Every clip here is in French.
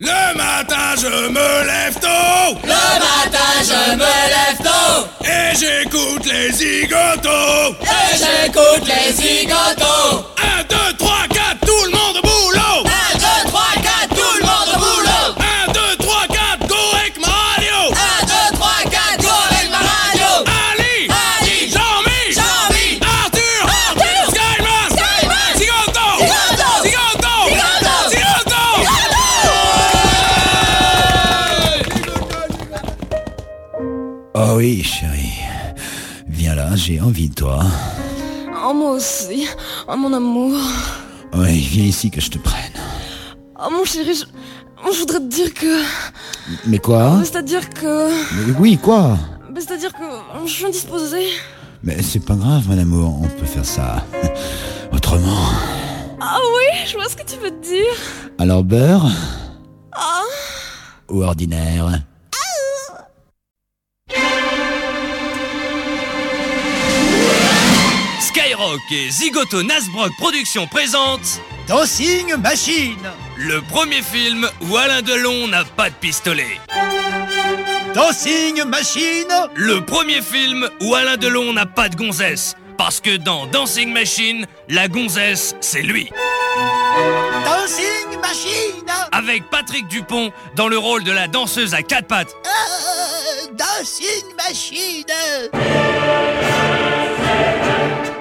Le matin, je me lève tôt Le matin, je me lève tôt et j'écoute les zigotos. et j'écoute les zigotos. 1, 2, 3, 4, tout le monde au boulot. 1, 2, 3, 4, tout le monde au boulot. 1, 2, 3, 4, go avec ma radio. 1, 2, 3, 4, go avec ma radio. Ali, Ali, Jean-Mi, Jean-Mi, Arthur, Arthur, Skymas, Skymas, Zigoto, Zigoto, Zigoto, Zigoto, Zigoto. Oh oui, chérie. Viens là, j'ai envie de toi. Oh, moi aussi. Oh, mon amour. Oui, viens ici que je te prenne. Oh, mon chéri, je, je voudrais te dire que... Mais Hein quoi C'est-à-dire que... Mais Oui, quoi ben, C'est-à-dire que je suis indisposée. Mais c'est pas grave, mon amour, on peut faire ça. Autrement. Ah oui, je vois ce que tu veux te dire. Alors beurre Ah, ou ordinaire Skyrock et Zigoto Nasbrock Productions présentent Dancing Machine le premier film où Alain Delon n'a pas de pistolet. Dancing Machine Le premier film où Alain Delon n'a pas de gonzesse. Parce que dans Dancing Machine, la gonzesse, c'est lui. Dancing Machine Avec Patrick Dupont dans le rôle de la danseuse à quatre pattes. Euh, Dancing Machine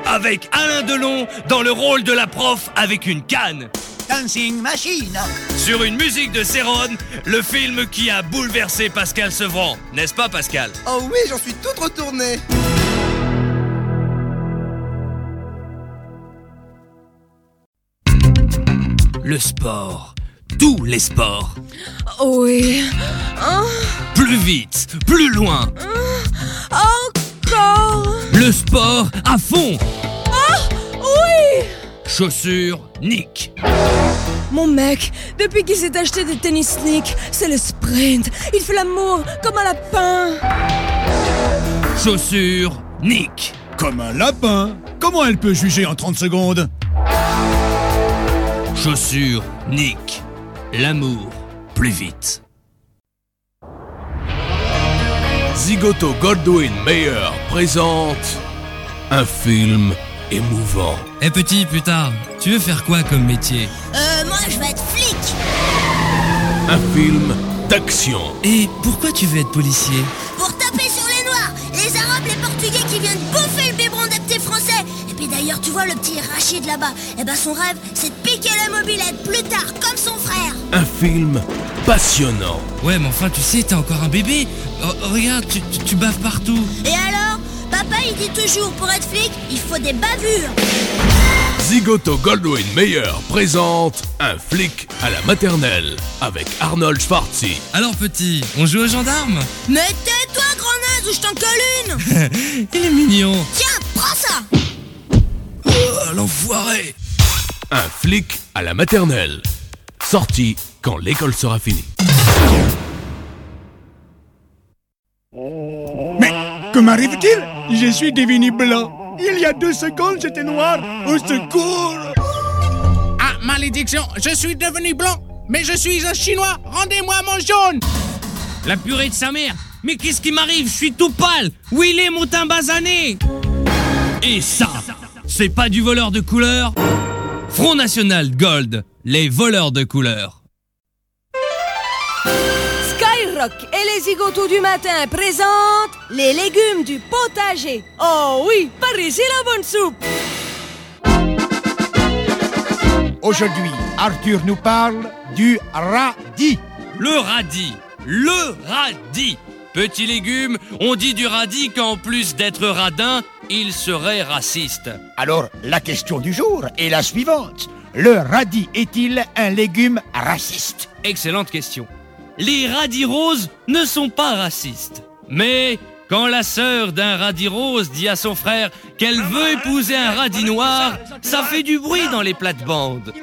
Avec Alain Delon dans le rôle de la prof avec une canne. Dancing Machine Sur une musique de Céron, le film qui a bouleversé Pascal Sevran. N'est-ce pas Pascal Oh oui, j'en suis toute retournée Le sport. Tous les sports. oh oui. Plus vite, plus loin. Encore. Le sport à fond Oui. Chaussures, nick Mon mec, depuis qu'il s'est acheté des tennis sneaks, c'est le sprint. Il fait l'amour comme un lapin. Chaussures, nick Comme un lapin Comment elle peut juger en 30 secondes Chaussures, nick L'amour, plus vite. Zigoto Goldwyn Mayer présente un film émouvant. Eh petit, plus tard, tu veux faire quoi comme métier Un film d'action. Et pourquoi tu veux être policier pour taper sur les Noirs, les Arabes, les Portugais qui viennent bouffer le biberon d'apté français. Et puis d'ailleurs, tu vois le petit Rachid là-bas. Eh ben son rêve, c'est de piquer la mobilette plus tard, comme son frère. Un film passionnant. Ouais, mais enfin, tu sais, t'es encore un bébé. Oh, regarde, tu, baves partout. Et alors Papa, il dit toujours, pour être flic, il faut des bavures. Zigoto Goldwyn Mayer présente un flic à la maternelle avec Arnold Schwarzenegger. Alors petit, on joue aux gendarmes Mais tais-toi, grand naze, ou je t'en colle une Il est mignon. Tiens, prends ça Oh, l'enfoiré Un flic à la maternelle. Sorti quand l'école sera finie. Mais que m'arrive-t-il Je suis devenu blanc Il y a deux secondes, j'étais noir Au secours Ah, malédiction, je suis devenu blanc, mais je suis un chinois, rendez-moi mon jaune La purée de sa mère Mais qu'est-ce qui m'arrive Je suis tout pâle Où il est mon teint basané Et ça C'est pas du voleur de couleur Front National Gold, les voleurs de couleur. Skyrock et les zigotos du matin présentent les légumes du potager. Oh oui, par ici la bonne soupe. Aujourd'hui, Arthur nous parle du radis Le radis Le radis Petit légume, on dit du radis qu'en plus d'être radin, il serait raciste. Alors, la question du jour est la suivante. Le radis est-il un légume raciste Excellente question. Les radis roses ne sont pas racistes. Mais quand la sœur d'un radis rose dit à son frère qu'elle veut épouser un radis noir, ça fait du bruit dans les plates-bandes.